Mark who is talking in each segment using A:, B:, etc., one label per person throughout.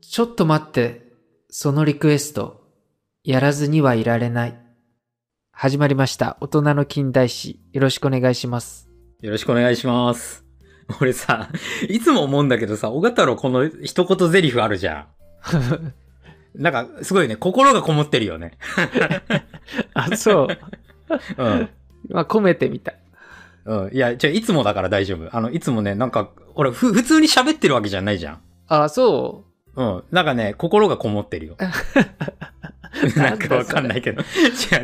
A: ちょっと待って。そのリクエスト。やらずにはいられない。始まりました。大人の近代史。よろしくお願いします。
B: よろしくお願いします。俺さ、いつも思うんだけどさ、小形のこの一言ゼリフあるじゃ ん。なんか、すごいね、心がこもってるよね。
A: あ、そう。
B: うん。
A: まあ、込めてみた。
B: うん。いや、ちょ、いつもだから大丈夫。あの、いつもね、なんか、俺、ふ、普通に喋ってるわけじゃないじゃん。
A: あ、そ
B: うん。なんかね、心がこも ってるよ。なんかわかんないけど。違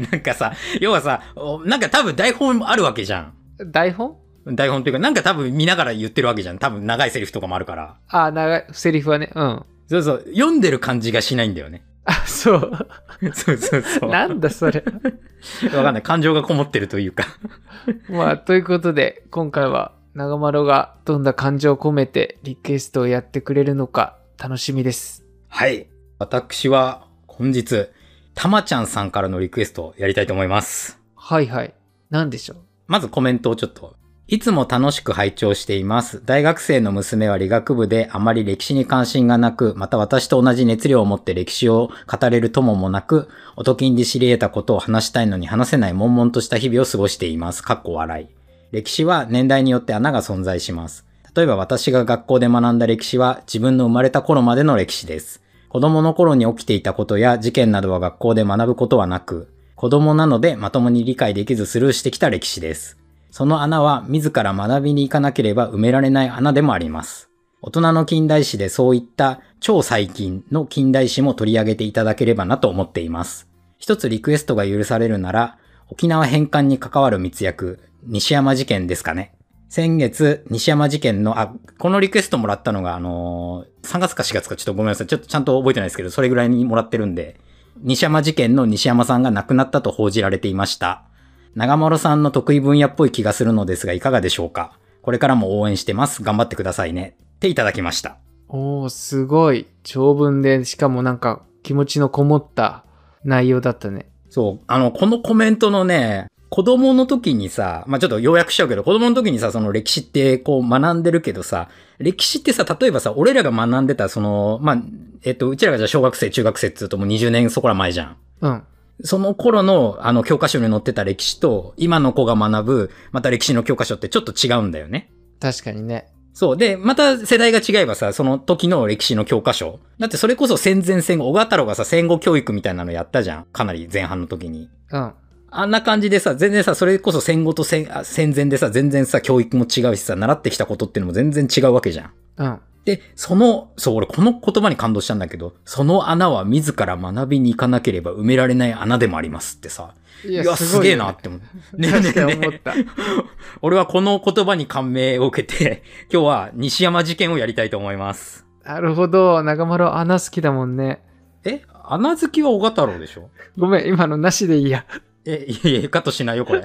B: う、なんかさ、要はさ、おなんか多分台本もあるわけじゃん。
A: う台本
B: 台本っていうか、なんか多分見ながら言ってるわけじゃん。多分長いセリフとかもあるから。
A: あ、長い、セリフはね。うん。
B: そうそう、読んでる感じがしないんだよね。
A: あ、そう。
B: そうそうそう。わ
A: なんだそれ。
B: かんない。感情がこもってるというか。
A: まあ、ということで、今回は長丸がどんな感情を込めてリクエストをやってくれるのか楽しみです。
B: はい。私は、本日、たまちゃんさんからのリクエストをやりたいと思います。
A: はいはい。なんでしょう
B: まずコメントをちょっと。いつも楽しく拝聴しています。大学生の娘は理学部であまり歴史に関心がなく、また私と同じ熱量を持って歴史を語れる友もなく、おときんで知り得たことを話したいのに話せない悶々とした日々を過ごしています。かっこ笑い。歴史は年代によって穴が存在します。例えば私が学校で学んだ歴史は自分の生まれた頃までの歴史です。子供の頃に起きていたことや事件などは学校で学ぶことはなく、子供なのでまともに理解できずスルーしてきた歴史です。その穴は自ら学びに行かなければ埋められない穴でもあります。大人の近代史でそういった超最近の近代史も取り上げていただければなと思っています。一つリクエストが許されるなら、沖縄返還に関わる密約、西山事件ですかね。先月、西山事件の、あ、このリクエストもらったのが、あのー3月か4月かちょっとごめんなさい。ちょっとちゃんと覚えてないですけど、それぐらいにもらってるんで、西山事件の西山さんが亡くなったと報じられていました。長丸さんの得意分野っぽい気がするのですがいかがでしょうかこれからも応援してます。頑張ってくださいね。っていただきました。
A: おー、すごい。長文で、しかもなんか気持ちのこもった内容だったね。
B: そう。あの、このコメントのね、子供の時にさ、まあ、ちょっと要約しちゃうけど、子供の時にさ、その歴史ってこう学んでるけどさ、歴史ってさ、例えばさ、俺らが学んでた、その、まあ、えっと、うちらがじゃあ小学生、中学生っつうともう20年そこら前じゃん。
A: うん。
B: その頃の、あの、教科書に載ってた歴史と、今の子が学ぶ、また歴史の教科書ってちょっと違うんだよね。
A: 確かにね。
B: そう。で、また世代が違えばさ、その時の歴史の教科書。だってそれこそ戦前戦後、小川太郎がさ、戦後教育みたいなのやったじゃん。かなり前半の時に。
A: うん。
B: あんな感じでさ、全然さ、それこそ戦後と戦あ戦前でさ、全然さ、教育も違うしさ、習ってきたことっていうのも全然違うわけじゃん。
A: うん。
B: で、その、そう、俺この言葉に感動したんだけど、その穴は自ら学びに行かなければ埋められない穴でもありますってさ。
A: い
B: いや、す
A: ごい
B: げえ
A: よ
B: なって思う。
A: ね
B: ね
A: 確か
B: ね
A: に
B: ね
A: 思った。
B: 俺はこの言葉に感銘を受けて、 今日は西山事件をやりたいと思います。
A: なるほど。長丸は穴好きだもんね。
B: え穴好きは小形太郎でしょ
A: ごめん、今のなしでいいや。
B: え、いやいや、カットしないよ、こ れ。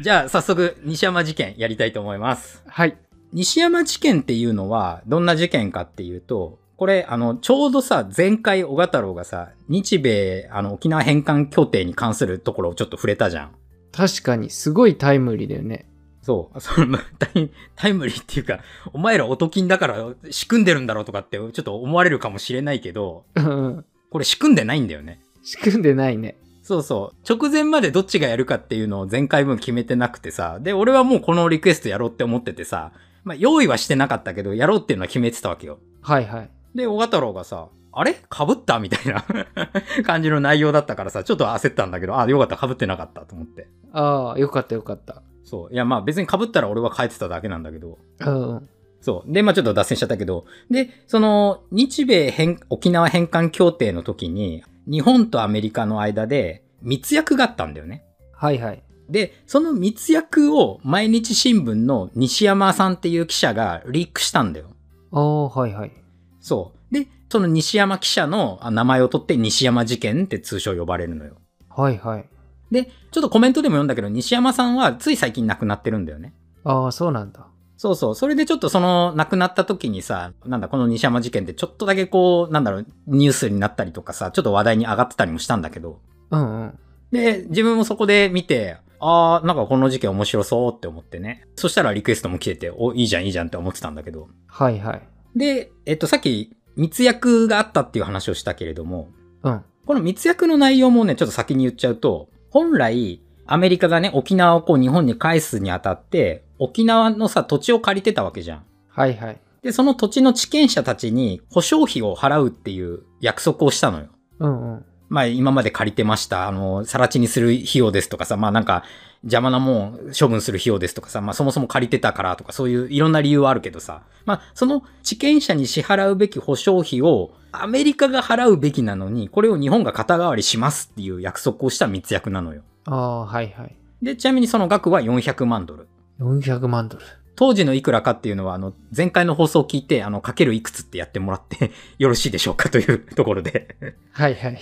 B: じゃあ、早速、西山事件やりたいと思います。
A: はい。
B: 西山事件っていうのは、どんな事件かっていうと、これ、あの、ちょうどさ、前回、小形太郎がさ、日米、あの、沖縄返還協定に関するところをちょっと触れたじゃん。
A: 確かに、すごいタイムリーだよね。
B: そう。そのタイタイムリーっていうか、お前らおときんだから仕組んでるんだろうとかってちょっと思われるかもしれないけど、
A: うんうん。
B: これ仕組んでないんだよね。
A: 仕組んでないね。
B: そうそう。直前までどっちがやるかっていうのを前回分決めてなくてさ、で、俺はもうこのリクエストやろうって思っててさ、まあ用意はしてなかったけど、やろうっていうのは決めてたわけよ。
A: はいはい。
B: で、小太郎がさ、あれ被ったみたいな 感じの内容だったからさ、ちょっと焦ったんだけど、あ、よかった、被ってなかったと思って。
A: ああ、よかったよかった。
B: そう。いや、まあ別に被ったら俺は変えてただけなんだけど。
A: うんうん。
B: そう。で、まあちょっと脱線しちゃったけど、で、その、日米返、沖縄返還協定の時に、日本とアメリカの間で密約があったんだよね。
A: はいはい。
B: で、その密約を毎日新聞の西山さんっていう記者がリークしたんだよ。
A: ああ、はいはい。
B: そう。で、その西山記者のあ名前を取って西山事件って通称呼ばれるのよ。
A: はいはい。
B: で、ちょっとコメントでも読んだけど、西山さんはつい最近亡くなってるんだよね。
A: ああ、そうなんだ。
B: そうそう。それでちょっとその亡くなった時にさ、なんだ、この西山事件ってちょっとだけこう、なんだろう、ニュースになったりとかさ、ちょっと話題に上がってたりもしたんだけど。
A: うんうん。
B: で、自分もそこで見て、あー、なんかこの事件面白そうって思ってね。そしたらリクエストも来てて、お、いいじゃんいいじゃんって思ってたんだけど。
A: はいはい。
B: で、えっと、さっき密約があったっていう話をしたけれども、
A: うん。
B: この密約の内容もね、ちょっと先に言っちゃうと、本来、アメリカがね、沖縄をこう日本に返すにあたって、沖縄のさ、土地を借りてたわけじゃん。
A: はいはい。
B: で、その土地の地権者たちに保証費を払うっていう約束をしたのよ。
A: うんうん。
B: まあ今まで借りてました。あの、さら地にする費用ですとかさ、まあなんか邪魔なもん処分する費用ですとかさ、まあそもそも借りてたからとかそういういろんな理由はあるけどさ、まあその地権者に支払うべき保証費をアメリカが払うべきなのに、これを日本が肩代わりしますっていう約束をした密約なのよ。
A: ああ、はいはい。
B: で、ちなみにその額は400万ドル。
A: 400万ドル。
B: 当時のいくらかっていうのは、あの、前回の放送を聞いて、あの、かけるいくつってやってもらって よろしいでしょうかというところで。
A: はいはい。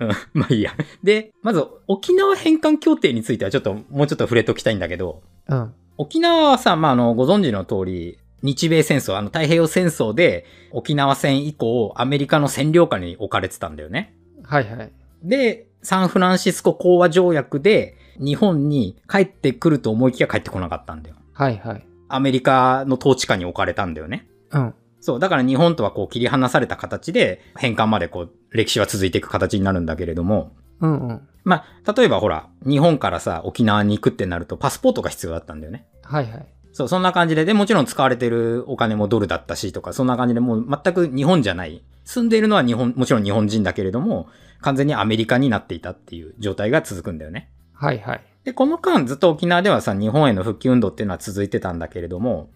B: うん、まあいいや。で、まず沖縄返還協定についてはちょっともうちょっと触れときたいんだけど、
A: うん。
B: 沖縄はさ、まああの、ご存知の通り、日米戦争、あの太平洋戦争で沖縄戦以降アメリカの占領下に置かれてたんだよね。
A: はいはい。
B: で、サンフランシスコ講和条約で日本に帰ってくると思いきや帰ってこなかったんだよ。
A: はいはい。
B: アメリカの統治下に置かれたんだよね。
A: うん。
B: そう、だから日本とはこう切り離された形で返還までこう歴史は続いていく形になるんだけれども、
A: うんうん。
B: まあ、例えばほら、日本からさ、沖縄に行くってなるとパスポートが必要だったんだよね。
A: はいはい。
B: そう、そんな感じで、で、もちろん使われてるお金もドルだったしとか、そんな感じでもう全く日本じゃない。住んでいるのは日本、もちろん日本人だけれども、完全にアメリカになっていたっていう状態が続くんだよね。
A: はいはい。
B: で、この間ずっと沖縄ではさ、日本への復帰運動っていうのは続いてたんだけれども、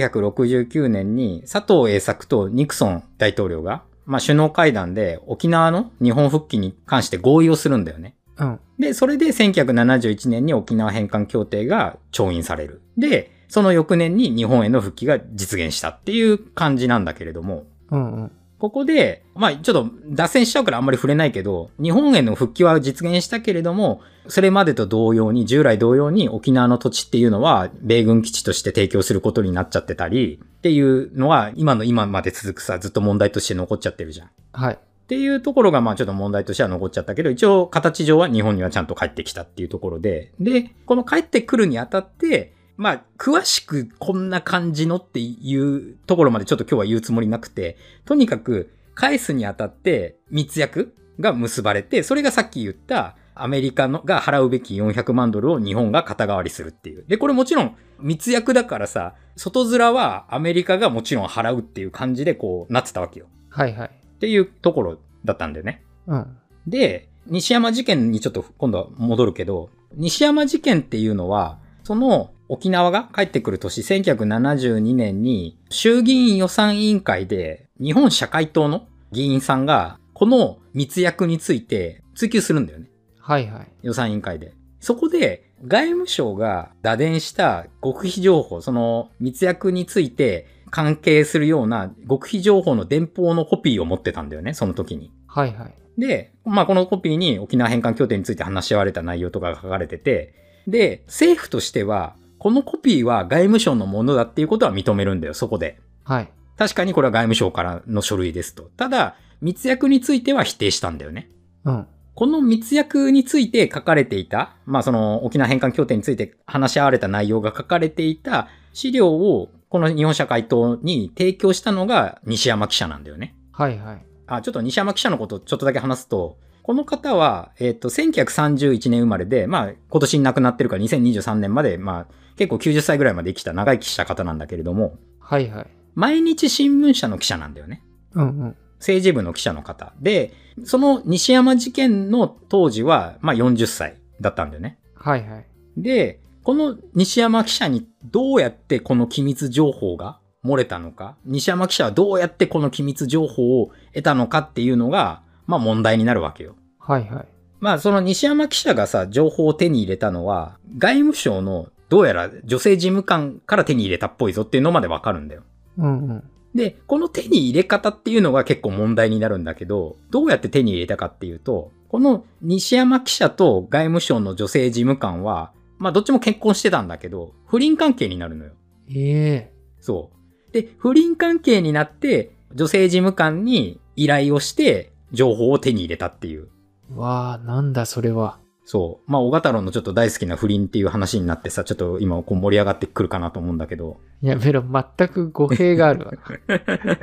B: 1969年に佐藤栄作とニクソン大統領が、まあ首脳会談で沖縄の日本復帰に関して合意をするんだよね。
A: うん。
B: で、それで1971年に沖縄返還協定が調印される。で、その翌年に日本への復帰が実現したっていう感じなんだけれども、
A: うんうん。
B: ここで、まあちょっと脱線しちゃうからあんまり触れないけど、日本への復帰は実現したけれども、それまでと同様に、従来同様に沖縄の土地っていうのは米軍基地として提供することになっちゃってたり、っていうのは今の今まで続くさ、ずっと問題として残っちゃってるじゃん。
A: はい。
B: っていうところが、まあちょっと問題としては残っちゃったけど、一応形上は日本にはちゃんと帰ってきたっていうところで、で、この帰ってくるにあたって、まあ、詳しくこんな感じのっていうところまでちょっと今日は言うつもりなくて、とにかく返すにあたって密約が結ばれて、それがさっき言ったアメリカのが払うべき400万ドルを日本が肩代わりするっていう。で、これもちろん密約だからさ、外面はアメリカがもちろん払うっていう感じでこうなってたわけよ。
A: はいはい。
B: っていうところだったんだよね。
A: うん。
B: で、西山事件にちょっと今度は戻るけど、西山事件っていうのは、その沖縄が帰ってくる年、1972年に衆議院予算委員会で日本社会党の議員さんがこの密約について追及するんだよね。
A: はいはい。
B: 予算委員会で。そこで外務省が打電した極秘情報、その密約について関係するような極秘情報の電報のコピーを持ってたんだよね、その時に。
A: はいはい。
B: で、まあこのコピーに沖縄返還協定について話し合われた内容とかが書かれてて、で、政府としては、このコピーは外務省のものだっていうことは認めるんだよ、そこで。
A: はい。
B: 確かにこれは外務省からの書類ですと。ただ、密約については否定したんだよね。
A: うん。
B: この密約について書かれていた、まあその沖縄返還協定について話し合われた内容が書かれていた資料をこの日本社会党に提供したのが西山記者なんだよね。
A: はいはい。
B: あ、ちょっと西山記者のことちょっとだけ話すと、この方は、えっ、と、1931年生まれで、まあ、今年に亡くなってるから2023年まで、まあ、結構90歳ぐらいまで生きた長生きした方なんだけれども、
A: はいはい。
B: 毎日新聞社の記者なんだよね。
A: うんうん。
B: 政治部の記者の方。で、その西山事件の当時は、まあ40歳だったんだよね。
A: はいはい。
B: で、この西山記者にどうやってこの機密情報が漏れたのか、西山記者はどうやってこの機密情報を得たのかっていうのが、まあ問題になるわけよ。
A: はいはい。
B: まあその西山記者がさ、情報を手に入れたのは、外務省のどうやら女性事務官から手に入れたっぽいぞっていうのまでわかるんだよ。
A: うんうん。
B: で、この手に入れ方っていうのが結構問題になるんだけど、どうやって手に入れたかっていうと、この西山記者と外務省の女性事務官は、まあどっちも結婚してたんだけど、不倫関係になるのよ。
A: ええ
B: そう。で、不倫関係になって、女性事務官に依頼をして、情報を手に入れたっていう。
A: わあ、なんだそれは。
B: そう。まあ、小型論のちょっと大好きな不倫っていう話になってさ、ちょっと今こう盛り上がってくるかなと思うんだけど。
A: やめろ、全く語弊があ るわ。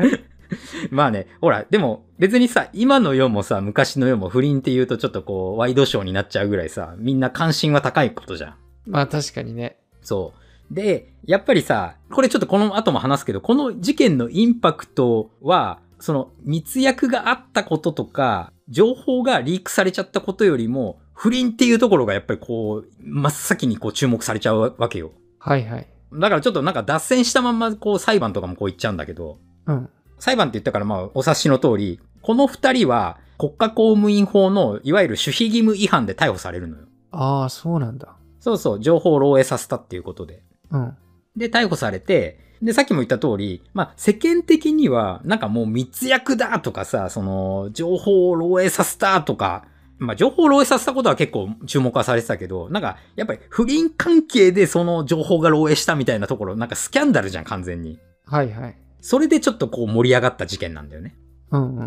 B: まあね、ほら、でも別にさ、今の世もさ、昔の世も不倫って言うとちょっとこう、ワイドショーになっちゃうぐらいさ、みんな関心は高いことじゃん。
A: まあ確かにね。
B: そう。で、やっぱりさ、これちょっとこの後も話すけど、この事件のインパクトは、その密約があったこととか、情報がリークされちゃったことよりも、不倫っていうところがやっぱりこう、真っ先にこう注目されちゃうわけよ。
A: はいはい。
B: だからちょっとなんか脱線したまんまこう裁判とかもこう言っちゃうんだけど、
A: うん。
B: 裁判って言ったからまあお察しの通り、この二人は国家公務員法のいわゆる守秘義務違反で逮捕されるのよ。
A: ああ、そうなんだ。
B: そうそう、情報を漏洩させたっていうことで。
A: うん。
B: で、逮捕されて、で、さっきも言った通り、まあ、世間的には、なんかもう密約だとかさ、その、情報を漏洩させたとか、まあ、情報を漏洩させたことは結構注目はされてたけど、なんか、やっぱり不倫関係でその情報が漏洩したみたいなところ、なんかスキャンダルじゃん、完全に。
A: はいはい。
B: それでちょっとこう盛り上がった事件なんだよね。
A: うんう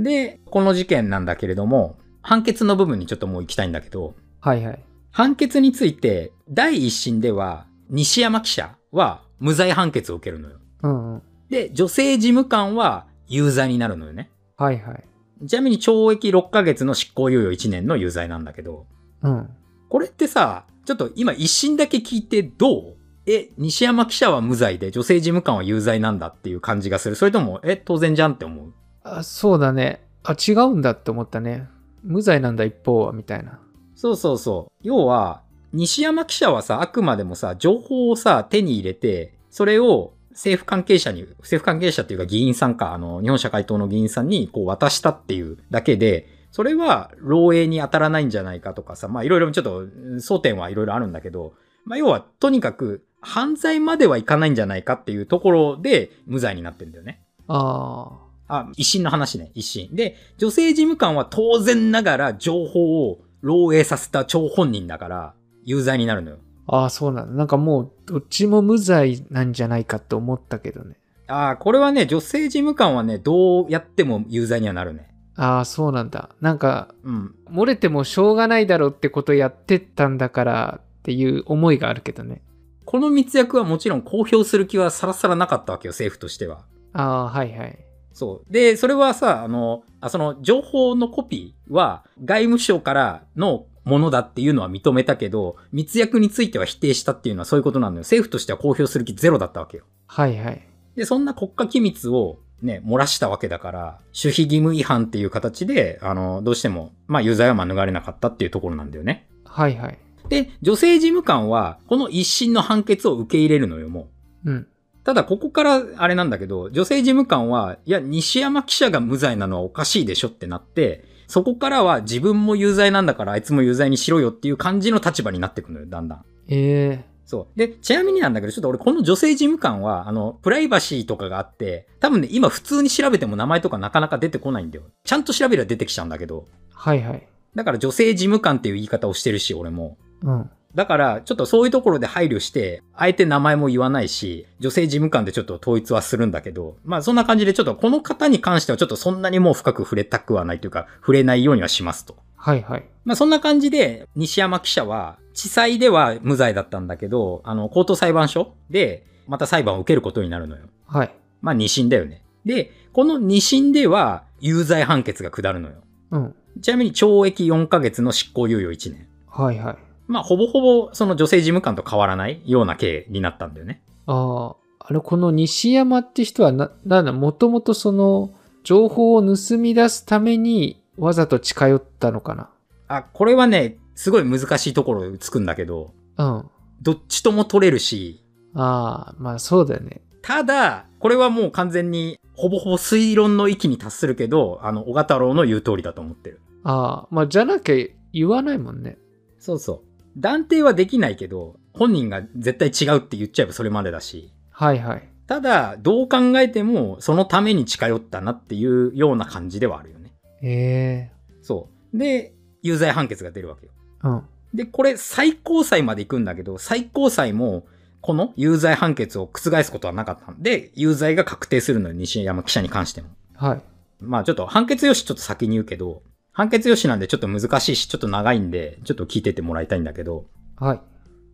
A: ん。
B: で、この事件なんだけれども、判決の部分にちょっともう行きたいんだけど、
A: はいはい。
B: 判決について、第一審では、西山記者は無罪判決を受けるのよ。
A: うんうん。
B: で、女性事務官は有罪になるのよね。
A: はいはい。
B: ちなみに懲役6ヶ月の執行猶予1年の有罪なんだけど、
A: うん。
B: これってさ、ちょっと今一審だけ聞いてどうえ、西山記者は無罪で女性事務官は有罪なんだっていう感じがする。それとも、え、当然じゃんって思う。
A: あそうだね。あ、違うんだって思ったね。無罪なんだ一方は、みたいな。
B: そうそうそう。要は、西山記者はさ、あくまでもさ、情報をさ、手に入れて、それを政府関係者に、政府関係者っていうか議員さんか、あの、日本社会党の議員さんにこう渡したっていうだけで、それは漏洩に当たらないんじゃないかとかさ、まあいろいろちょっとうん争点はいろいろあるんだけど、まあ要はとにかく犯罪まではいかないんじゃないかっていうところで無罪になってんだよね。
A: あ
B: あ、一審の話ね、一審。で、女性事務官は当然ながら情報を漏洩させた張本人だから、有罪になるのよ。
A: あ。ああ、そうなんだ。なんかもう、どっちも無罪なんじゃないかって思ったけどね。
B: ああ、これはね、女性事務官はね、どうやっても有罪にはなるね。
A: ああ、そうなんだ。なんか、
B: うん。
A: 漏れてもしょうがないだろうってことやってったんだからっていう思いがあるけどね。
B: この密約はもちろん公表する気はさらさらなかったわけよ、政府としては。
A: ああ、はいはい。
B: そう。で、それはさ、あの、あその情報のコピーは外務省からのものだっていうのは認めたけど、密約については否定したっていうのはそういうことなのよ。政府としては公表する気ゼロだったわけよ。
A: はいはい。
B: で、そんな国家機密をね、漏らしたわけだから、守秘義務違反っていう形で、あの、どうしても、まあ、有罪は免れなかったっていうところなんだよね。
A: はいはい。
B: で、女性事務官は、この一審の判決を受け入れるのよ、もう。
A: うん。
B: ただ、ここから、あれなんだけど、女性事務官は、いや、西山記者が無罪なのはおかしいでしょってなって、そこからは自分も有罪なんだから、あいつも有罪にしろよっていう感じの立場になってくのよ、だんだん。
A: ええ
B: そう。で、ちなみになんだけど、ちょっと俺この女性事務官は、あの、プライバシーとかがあって、多分ね、今普通に調べても名前とかなかなか出てこないんだよ。ちゃんと調べれば出てきちゃうんだけど。
A: はいはい。
B: だから女性事務官っていう言い方をしてるし、俺も。
A: うん。
B: だから、ちょっとそういうところで配慮して、あえて名前も言わないし、女性事務官でちょっと統一はするんだけど、まあそんな感じでちょっとこの方に関してはちょっとそんなにもう深く触れたくはないというか、触れないようにはしますと。
A: はいはい。
B: まあそんな感じで、西山記者は、地裁では無罪だったんだけど、あの、高等裁判所で、また裁判を受けることになるのよ。
A: はい。
B: まあ二審だよね。で、この二審では、有罪判決が下るのよ。
A: うん。
B: ちなみに懲役4ヶ月の執行猶予1年。
A: はいはい。
B: まあほぼほぼ、その女性事務官と変わらないような刑になったんだよね。
A: ああ、あれ、この西山って人はな、なんだ、もともとその、情報を盗み出すために、わざと近寄ったのか
B: あ、これはね、すごい難しいところをつくんだけど、
A: な。うん。
B: どっちとも取れるし、
A: ああ、まあそうだよね。
B: ただ、これはもう完全に、ほぼほぼ推論の域に達するけど、あの、小型郎の言う通りだと思ってる。
A: ああ、まあじゃなきゃ言わないもんね。
B: そうそう。断定はできないけど、本人が絶対違うって言っちゃえばそれまでだし、
A: はいはい。
B: ただ、どう考えても、そのために近寄ったなっていうような感じではあるよね。
A: ええ
B: そう。で、有罪判決が出るわけよ。
A: うん。
B: で、これ、最高裁まで行くんだけど、最高裁も、この有罪判決を覆すことはなかったんで、有罪が確定するのよ、西山記者に関しても。
A: はい。
B: まあちょっと判決用紙ちょっと先に言うけど、判決用紙なんでちょっと難しいし、ちょっと長いんで、ちょっと聞いててもらいたいんだけど、
A: はい。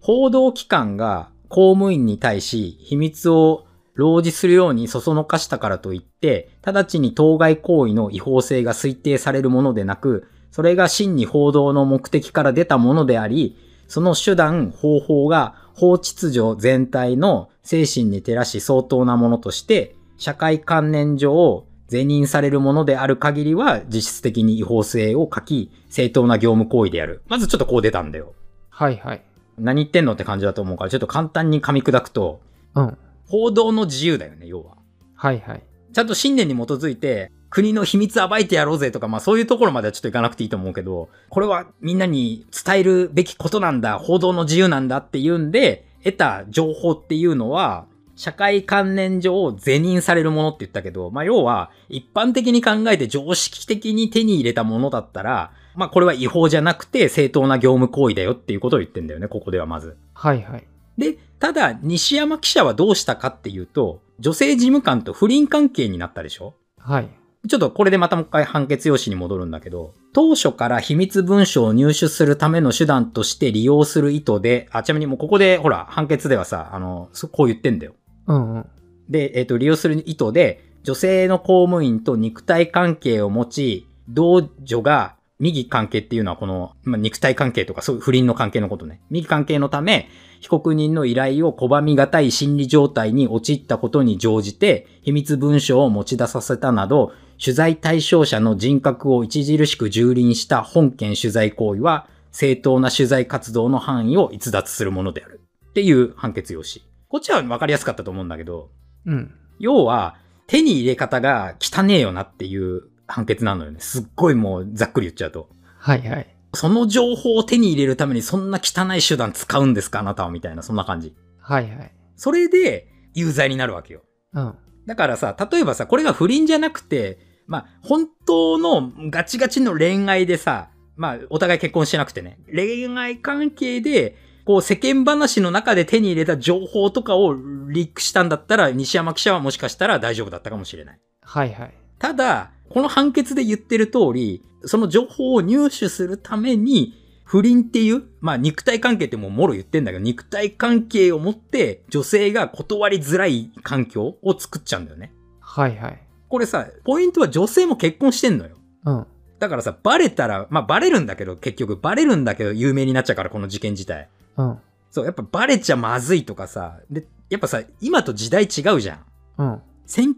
B: 報道機関が公務員に対し秘密を漏示するようにそそのかしたからといって、直ちに当該行為の違法性が推定されるものでなく、それが真に報道の目的から出たものであり、その手段、方法が法秩序全体の精神に照らし相当なものとして、社会観念上、是認されるものである限りは実質的に違法性を欠き、正当な業務行為である。まずちょっとこう出たんだよ。
A: はいはい。
B: 何言ってんのって感じだと思うから、ちょっと簡単に噛み砕くと、
A: うん。
B: 報道の自由だよね、要は。
A: はいはい。
B: ちゃんと信念に基づいて、国の秘密暴いてやろうぜとか、まあそういうところまではちょっといかなくていいと思うけど、これはみんなに伝えるべきことなんだ、報道の自由なんだっていうんで、得た情報っていうのは、社会観念上、是認されるものって言ったけど、まあ要は、一般的に考えて常識的に手に入れたものだったら、まあこれは違法じゃなくて正当な業務行為だよっていうことを言ってんだよね、ここではまず。
A: はいはい。
B: で、ただ、西山記者はどうしたかっていうと、女性事務官と不倫関係になったでしょ
A: はい。
B: ちょっとこれでまたもう一回判決用紙に戻るんだけど、当初から秘密文書を入手するための手段として利用する意図で、あ、ちなみにもうここで、ほら、判決ではさ、あの、そこう言ってんだよ。
A: うんうん。
B: で、えっ、と、利用する意図で、女性の公務員と肉体関係を持ち、同女が、右関係っていうのはこの、まあ、肉体関係とかそういう不倫の関係のことね。右関係のため、被告人の依頼を拒み難い心理状態に陥ったことに乗じて、秘密文書を持ち出させたなど、取材対象者の人格を著しく蹂躙した本件取材行為は、正当な取材活動の範囲を逸脱するものである。っていう判決用紙。こっちは分かりやすかったと思うんだけど、
A: うん。
B: 要は、手に入れ方が汚ねえよなっていう判決なのよね。すっごいもうざっくり言っちゃうと。
A: はいはい。
B: その情報を手に入れるためにそんな汚い手段使うんですかあなたはみたいな、そんな感じ。
A: はいはい。
B: それで、有罪になるわけよ。
A: うん。
B: だからさ、例えばさ、これが不倫じゃなくて、まあ、本当のガチガチの恋愛でさ、まあ、お互い結婚してなくてね、恋愛関係で、こう世間話の中で手に入れた情報とかをリークしたんだったら、西山記者はもしかしたら大丈夫だったかもしれない。
A: はいはい。
B: ただ、この判決で言ってる通り、その情報を入手するために、不倫っていう、まあ肉体関係ってもうもろ言ってんだけど、肉体関係を持って女性が断りづらい環境を作っちゃうんだよね。
A: はいはい。
B: これさ、ポイントは女性も結婚してんのよ。
A: うん。
B: だからさ、バレたら、まあバレるんだけど、結局バレるんだけど有名になっちゃうから、この事件自体。
A: うん。
B: そう、やっぱバレちゃまずいとかさ、で、やっぱさ、今と時代違うじゃん。
A: うん。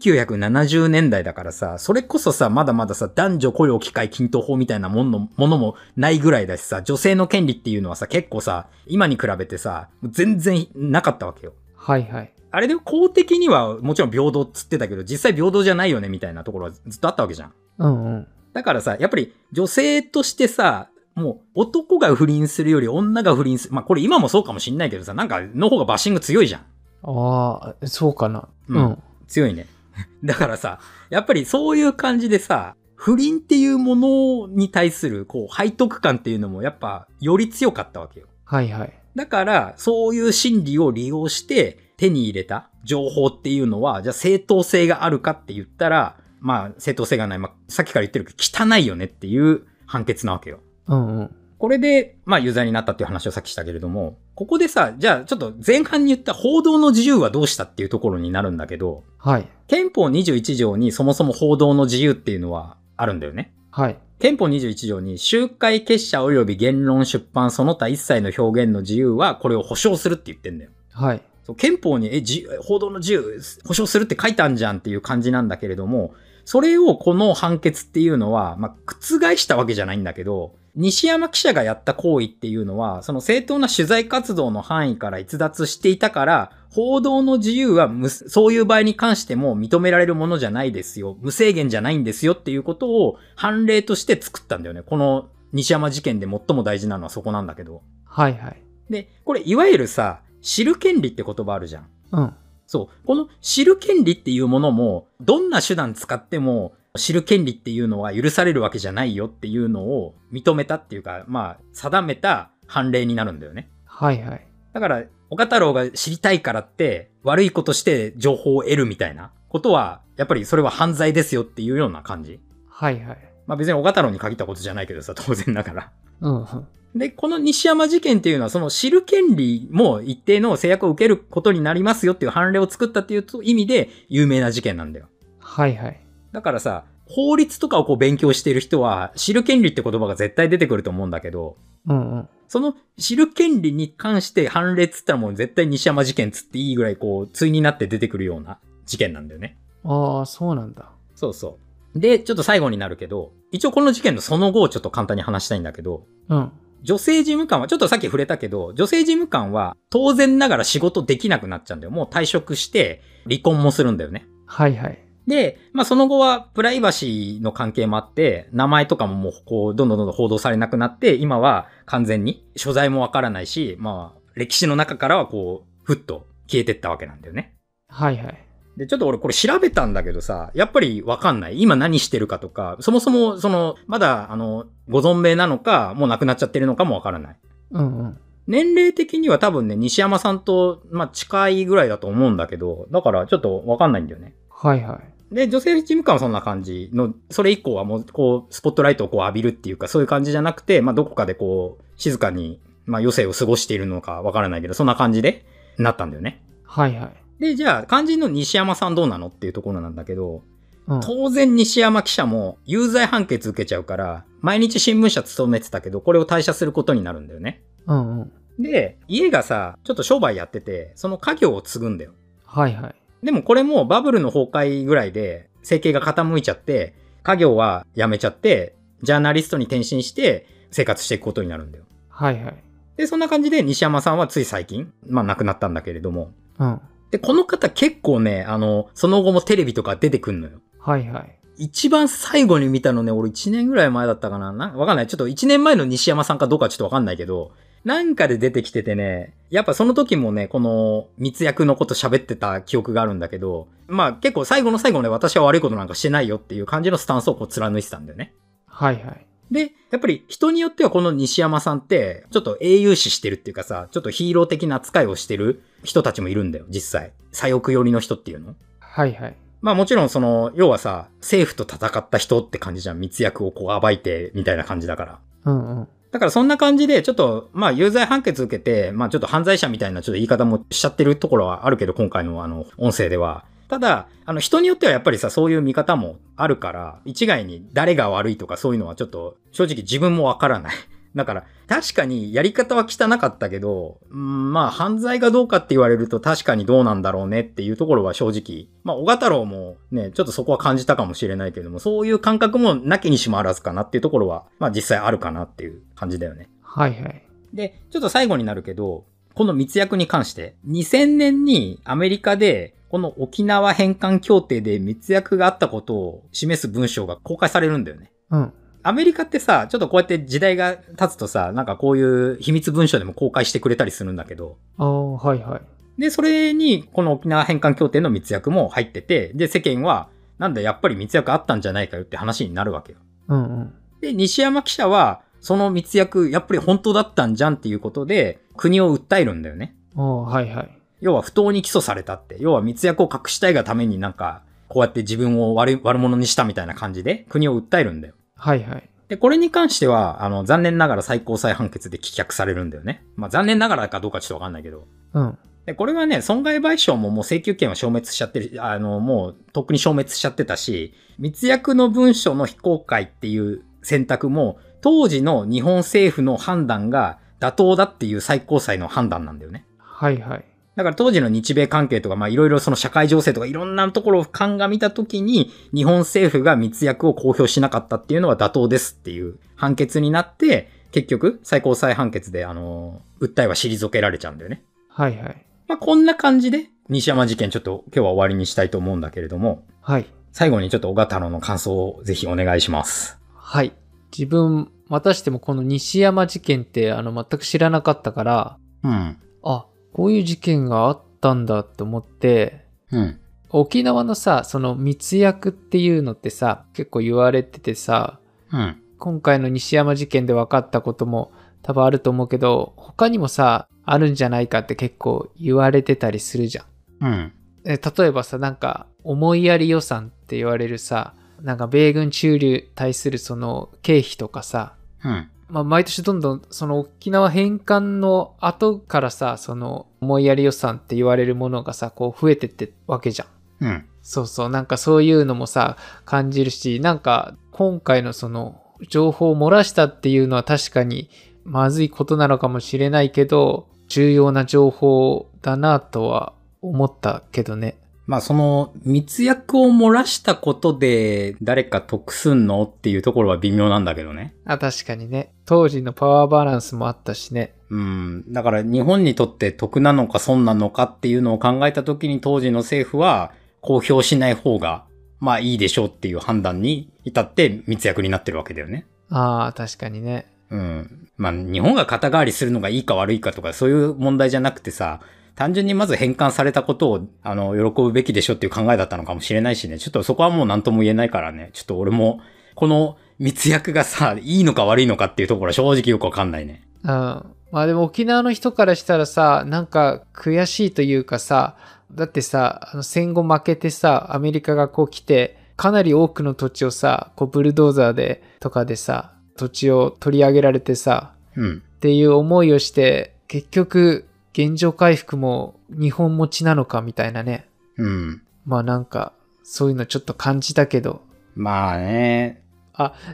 B: 1970年代だからさ、それこそさ、まだまださ、男女雇用機会均等法みたいなもんの、ものもないぐらいだしさ、女性の権利っていうのはさ、結構さ、今に比べてさ、全然なかったわけよ。
A: はいはい。
B: あれで公的にはもちろん平等っつってたけど、実際平等じゃないよねみたいなところはずっとあったわけじゃん。
A: うんうん。
B: だからさ、やっぱり女性としてさ、もう男が不倫するより女が不倫する。まあこれ今もそうかもしんないけどさ、なんかの方がバッシング強いじゃん。
A: ああ、そうかな。
B: う
A: うんん。
B: 強いね。 だからさ、やっぱりそういう感じでさ、不倫っていうものに対するこう背徳感っていうのもやっぱより強かったわけよ。
A: はいはい。
B: だから、そういう心理を利用して手に入れた情報っていうのは、じゃあ正当性があるかって言ったら、まあ正当性がない。まあさっきから言ってるけど、汚いよねっていう判決なわけよ。
A: うんうん。
B: これで、まあ、有罪になったっていう話をさっきしたけれども、ここでさ、じゃあ、ちょっと前半に言った報道の自由はどうしたっていうところになるんだけど、
A: はい。
B: 憲法21条にそもそも報道の自由っていうのはあるんだよね。
A: はい。
B: 憲法21条に集会結社及び言論出版その他一切の表現の自由はこれを保障するって言ってんだよ。
A: はい。
B: そう憲法に、え、じ報道の自由保障するって書いたんじゃんっていう感じなんだけれども、それをこの判決っていうのは、まあ、覆したわけじゃないんだけど、西山記者がやった行為っていうのは、その正当な取材活動の範囲から逸脱していたから、報道の自由は無そういう場合に関しても認められるものじゃないですよ。無制限じゃないんですよっていうことを判例として作ったんだよね。この西山事件で最も大事なのはそこなんだけど。
A: はいはい。
B: で、これいわゆるさ、知る権利って言葉あるじゃん。
A: うん。
B: そう。この知る権利っていうものも、どんな手段使っても、知る権利っていうのは許されるわけじゃないよっていうのを認めたっていうか、まあ、定めた判例になるんだよね。
A: はいはい。
B: だから、岡太郎が知りたいからって、悪いことして情報を得るみたいなことは、やっぱりそれは犯罪ですよっていうような感じ。
A: はいはい。
B: ままあ別に小太郎に限ったことじゃないけどさ、当然だから。
A: うんうん。
B: で、この西山事件っていうのは、その知る権利も一定の制約を受けることになりますよっていう判例を作ったっていう意味で有名な事件なんだよ。
A: はいはい。
B: だからさ、法律とかをこう勉強してる人は、知る権利って言葉が絶対出てくると思うんだけど、
A: うんうん。
B: その知る権利に関して判例っつったらもう絶対西山事件っつっていいぐらいこう、対になって出てくるような事件なんだよね。
A: ああ、そうなんだ。
B: そうそう。で、ちょっと最後になるけど、一応この事件のその後をちょっと簡単に話したいんだけど、
A: うん。
B: 女性事務官は、ちょっとさっき触れたけど、女性事務官は当然ながら仕事できなくなっちゃうんだよ。もう退職して離婚もするんだよね。
A: はいはい。
B: で、まあその後はプライバシーの関係もあって、名前とかももうこう、どんどんどんどん報道されなくなって、今は完全に所在もわからないし、まあ歴史の中からはこう、ふっと消えてったわけなんだよね。
A: はいはい。
B: で、ちょっと俺これ調べたんだけどさ、やっぱりわかんない。今何してるかとか、そもそもその、まだあの、ご存命なのか、もう亡くなっちゃってるのかもわからない。
A: うんうん。
B: 年齢的には多分ね、西山さんと、まあ、近いぐらいだと思うんだけど、だからちょっとわかんないんだよね。
A: はいはい。
B: で、女性事務官はそんな感じの、それ以降はもう、こう、スポットライトをこう浴びるっていうか、そういう感じじゃなくて、まあ、どこかでこう、静かに、まあ、余生を過ごしているのかわからないけど、そんな感じで、なったんだよね。
A: はいはい。
B: で、じゃあ、肝心の西山さんどうなのっていうところなんだけど、
A: うん、
B: 当然西山記者も有罪判決受けちゃうから、毎日新聞社勤めてたけど、これを退社することになるんだよね。
A: うんうん。
B: で、家がさ、ちょっと商売やってて、その家業を継ぐんだよ。
A: はいはい。
B: でもこれもバブルの崩壊ぐらいで、生計が傾いちゃって、家業は辞めちゃって、ジャーナリストに転身して生活していくことになるんだよ。
A: はいはい。
B: で、そんな感じで西山さんはつい最近、まあ亡くなったんだけれども。
A: うん。
B: で、この方結構ね、あの、その後もテレビとか出てくんのよ。
A: はいはい。
B: 一番最後に見たのね、俺1年ぐらい前だったかな。なんかわかんない。ちょっと1年前の西山さんかどうかちょっとわかんないけど、なんかで出てきててね、やっぱその時もね、この密約のこと喋ってた記憶があるんだけど、まあ結構最後の最後ね、私は悪いことなんかしてないよっていう感じのスタンスをこう貫いてたんだよね。
A: はいはい。
B: で、やっぱり人によってはこの西山さんって、ちょっと英雄視してるっていうかさ、ちょっとヒーロー的な扱いをしてる人たちもいるんだよ、実際。左翼寄りの人っていうの。
A: はいはい。
B: まあもちろんその、要はさ、政府と戦った人って感じじゃん。密約をこう暴いて、みたいな感じだから。
A: うんうん。
B: だからそんな感じで、ちょっと、まあ有罪判決受けて、まあちょっと犯罪者みたいなちょっと言い方もしちゃってるところはあるけど、今回のあの、音声では。ただ、あの人によってはやっぱりさ、そういう見方もあるから、一概に誰が悪いとかそういうのはちょっと、正直自分もわからない。 だから、確かにやり方は汚かったけど、うんまあ犯罪がどうかって言われると確かにどうなんだろうねっていうところは正直、まあ小太郎もね、ちょっとそこは感じたかもしれないけども、そういう感覚もなきにしもあらずかなっていうところは、まあ実際あるかなっていう感じだよね。
A: はいはい。
B: で、ちょっと最後になるけど、この密約に関して、2000年にアメリカで、この沖縄返還協定で密約があったことを示す文章が公開されるんだよね。
A: うん。
B: アメリカってさ、ちょっとこうやって時代が経つとさ、なんかこういう秘密文書でも公開してくれたりするんだけど、
A: ああ、はいはい。
B: で、それに、この沖縄返還協定の密約も入ってて、で、世間は、なんだ、やっぱり密約あったんじゃないかよって話になるわけよ。
A: うんうん。
B: で、西山記者は、その密約、やっぱり本当だったんじゃんっていうことで、国を訴えるんだよね。
A: ああ、はいはい。
B: 要は不当に起訴されたって。要は密約を隠したいがためになんか、こうやって自分を悪い悪者にしたみたいな感じで、国を訴えるんだよ。
A: はいはい。
B: で、これに関しては、あの、残念ながら最高裁判決で棄却されるんだよね。まあ、残念ながらかどうかちょっとわかんないけど。
A: うん。
B: で、これはね、損害賠償ももう請求権は消滅しちゃってる、あの、もうとっくに消滅しちゃってたし、密約の文書の非公開っていう選択も、当時の日本政府の判断が妥当だっていう最高裁の判断なんだよね。
A: はいはい。
B: だから当時の日米関係とか、まあいろいろその社会情勢とかいろんなところを鑑みたときに、日本政府が密約を公表しなかったっていうのは妥当ですっていう判決になって、結局最高裁判決であの、訴えは退けられちゃうんだよね。
A: はいはい。
B: まあ、こんな感じで、西山事件ちょっと今日は終わりにしたいと思うんだけれども、
A: はい。
B: 最後にちょっと小型郎の感想をぜひお願いします。
A: はい。自分、またしてもこの西山事件って、あの、全く知らなかったから、
B: うん。
A: あ、こういう事件があったんだって思って、
B: うん。
A: 沖縄のさ、その密約っていうのってさ、結構言われててさ、
B: うん。
A: 今回の西山事件で分かったことも多分あると思うけど、他にもさ、あるんじゃないかって結構言われてたりするじゃん。
B: うん。
A: え例えばさ、なんか、思いやり予算って言われるさ、なんか米軍駐留対するその経費とかさ、
B: うん。
A: まあ、毎年どんどんその沖縄返還の後からさ、その思いやり予算って言われるものがさ、こう増えてってわけじゃん。
B: うん。
A: そうそう、なんかそういうのもさ、感じるし、なんか今回のその情報を漏らしたっていうのは確かにまずいことなのかもしれないけど、重要な情報だなとは思ったけどね。
B: まあその密約を漏らしたことで誰か得すんのっていうところは微妙なんだけどね。
A: あ、確かにね。当時のパワーバランスもあったしね。
B: うん。だから日本にとって得なのか損なのかっていうのを考えた時に当時の政府は公表しない方がまあいいでしょうっていう判断に至って密約になってるわけだよね。
A: ああ、確かにね。
B: うん。まあ日本が肩代わりするのがいいか悪いかとかそういう問題じゃなくてさ、単純にまず返還されたことを、あの、喜ぶべきでしょっていう考えだったのかもしれないしね。ちょっとそこはもう何とも言えないからね。ちょっと俺も、この密約がさ、いいのか悪いのかっていうところは正直よくわかんないね。
A: うん。まあでも沖縄の人からしたらさ、なんか悔しいというかさ、だってさ、あの戦後負けてさ、アメリカがこう来て、かなり多くの土地をさ、こうブルドーザーでとかでさ、土地を取り上げられてさ、
B: うん。
A: っていう思いをして、結局、現状回復も日本持ちなのかみたいなね。
B: うん。
A: まあなんか、そういうのちょっと感じたけど、
B: まあね。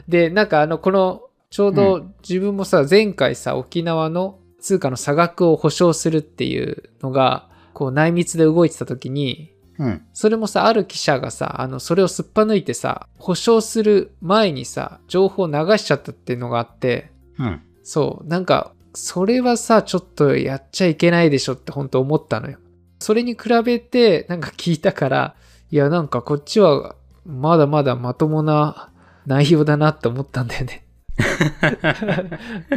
A: で、なんかあの、この、ちょうど自分もさ、前回さ、沖縄の通貨の差額を保証するっていうのが、こう内密で動いてた時に、
B: うん。
A: それもさ、ある記者がさ、あの、それをすっぱ抜いてさ、保証する前にさ、情報を流しちゃったっていうのがあって、
B: うん。
A: そう、なんか、それはさ、ちょっとやっちゃいけないでしょって本当思ったのよ。それに比べて、なんか聞いたから、いや、なんかこっちは、まだまだまともな内容だなって思ったんだよね。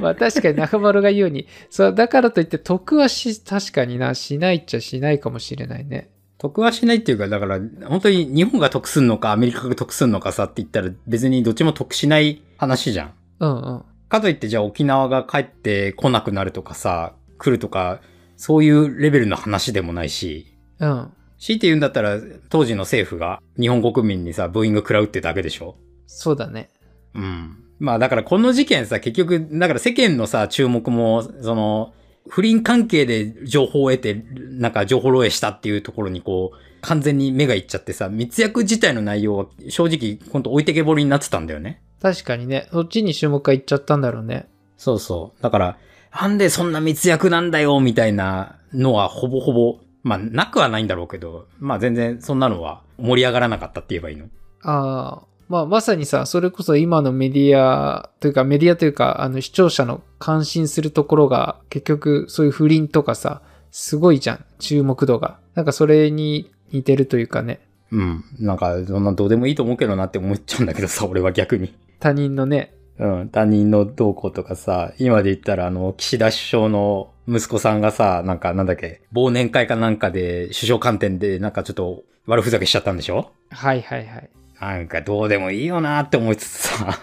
A: まあ確かに中丸が言うに、そう、だからといって得はし、確かにな、しないっちゃしないかもしれないね。
B: 得はしないっていうか、だから、本当に日本が得すんのか、アメリカが得すんのかさって言ったら、別にどっちも得しない話じゃん。
A: うんうん。
B: かといってじゃあ沖縄が帰ってこなくなるとかさ、来るとか、そういうレベルの話でもないし、
A: うん。
B: 強いて言うんだったら当時の政府が日本国民にさ、ブーイング食らうってだけでしょ
A: そうだね。
B: うん。まあだからこの事件さ、結局、だから世間のさ、注目も、その、不倫関係で情報を得て、なんか情報漏洩したっていうところにこう、完全に目がいっちゃってさ、密約自体の内容は正直、ほんと置いてけぼりになってたんだよね。
A: 確かにね、そっちに注目がいっちゃったんだろうね。
B: そうそう。だから、なんでそんな密約なんだよ、みたいなのはほぼほぼ、まあ、なくはないんだろうけど、まあ全然そんなのは盛り上がらなかったって言えばいいの。
A: ああ、まあまさにさ、それこそ今のメディアというかメディアというかあの視聴者の関心するところが結局そういう不倫とかさ、すごいじゃん、注目度が。なんかそれに似てるというかね、
B: うん。なんか、そんなどうでもいいと思うけどなって思っちゃうんだけどさ、俺は逆 に。
A: 他人のね、
B: うん。他人の動向とかさ、今で言ったらあの、岸田首相の息子さんがさ、なんかなんだっけ、忘年会かなんかで首相官邸でなんかちょっと悪ふざけしちゃったんでしょ
A: はいはいはい。
B: なんかどうでもいいよなって思いつつさ。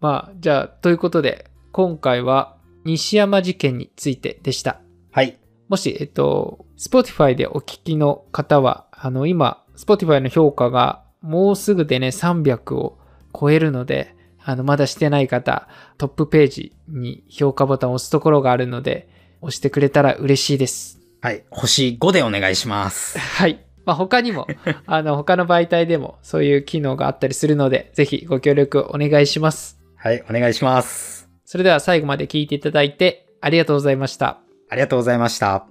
A: まあじゃあ、ということで今回は西山事件についてでした。
B: はい。
A: もし、えっと、Spotify でお聞きの方は、あの、今、Spotify の評価がもうすぐでね、300を超えるので、あの、まだしてない方、トップページに評価ボタンを押すところがあるので、押してくれたら嬉しいです。
B: はい。星5でお願いします。
A: はい。まあ、他にも、あの、他の媒体でもそういう機能があったりするので、ぜひご協力お願いします。
B: はい、お願いします。
A: それでは最後まで聞いていただいて、ありがとうございました。
B: ありがとうございました。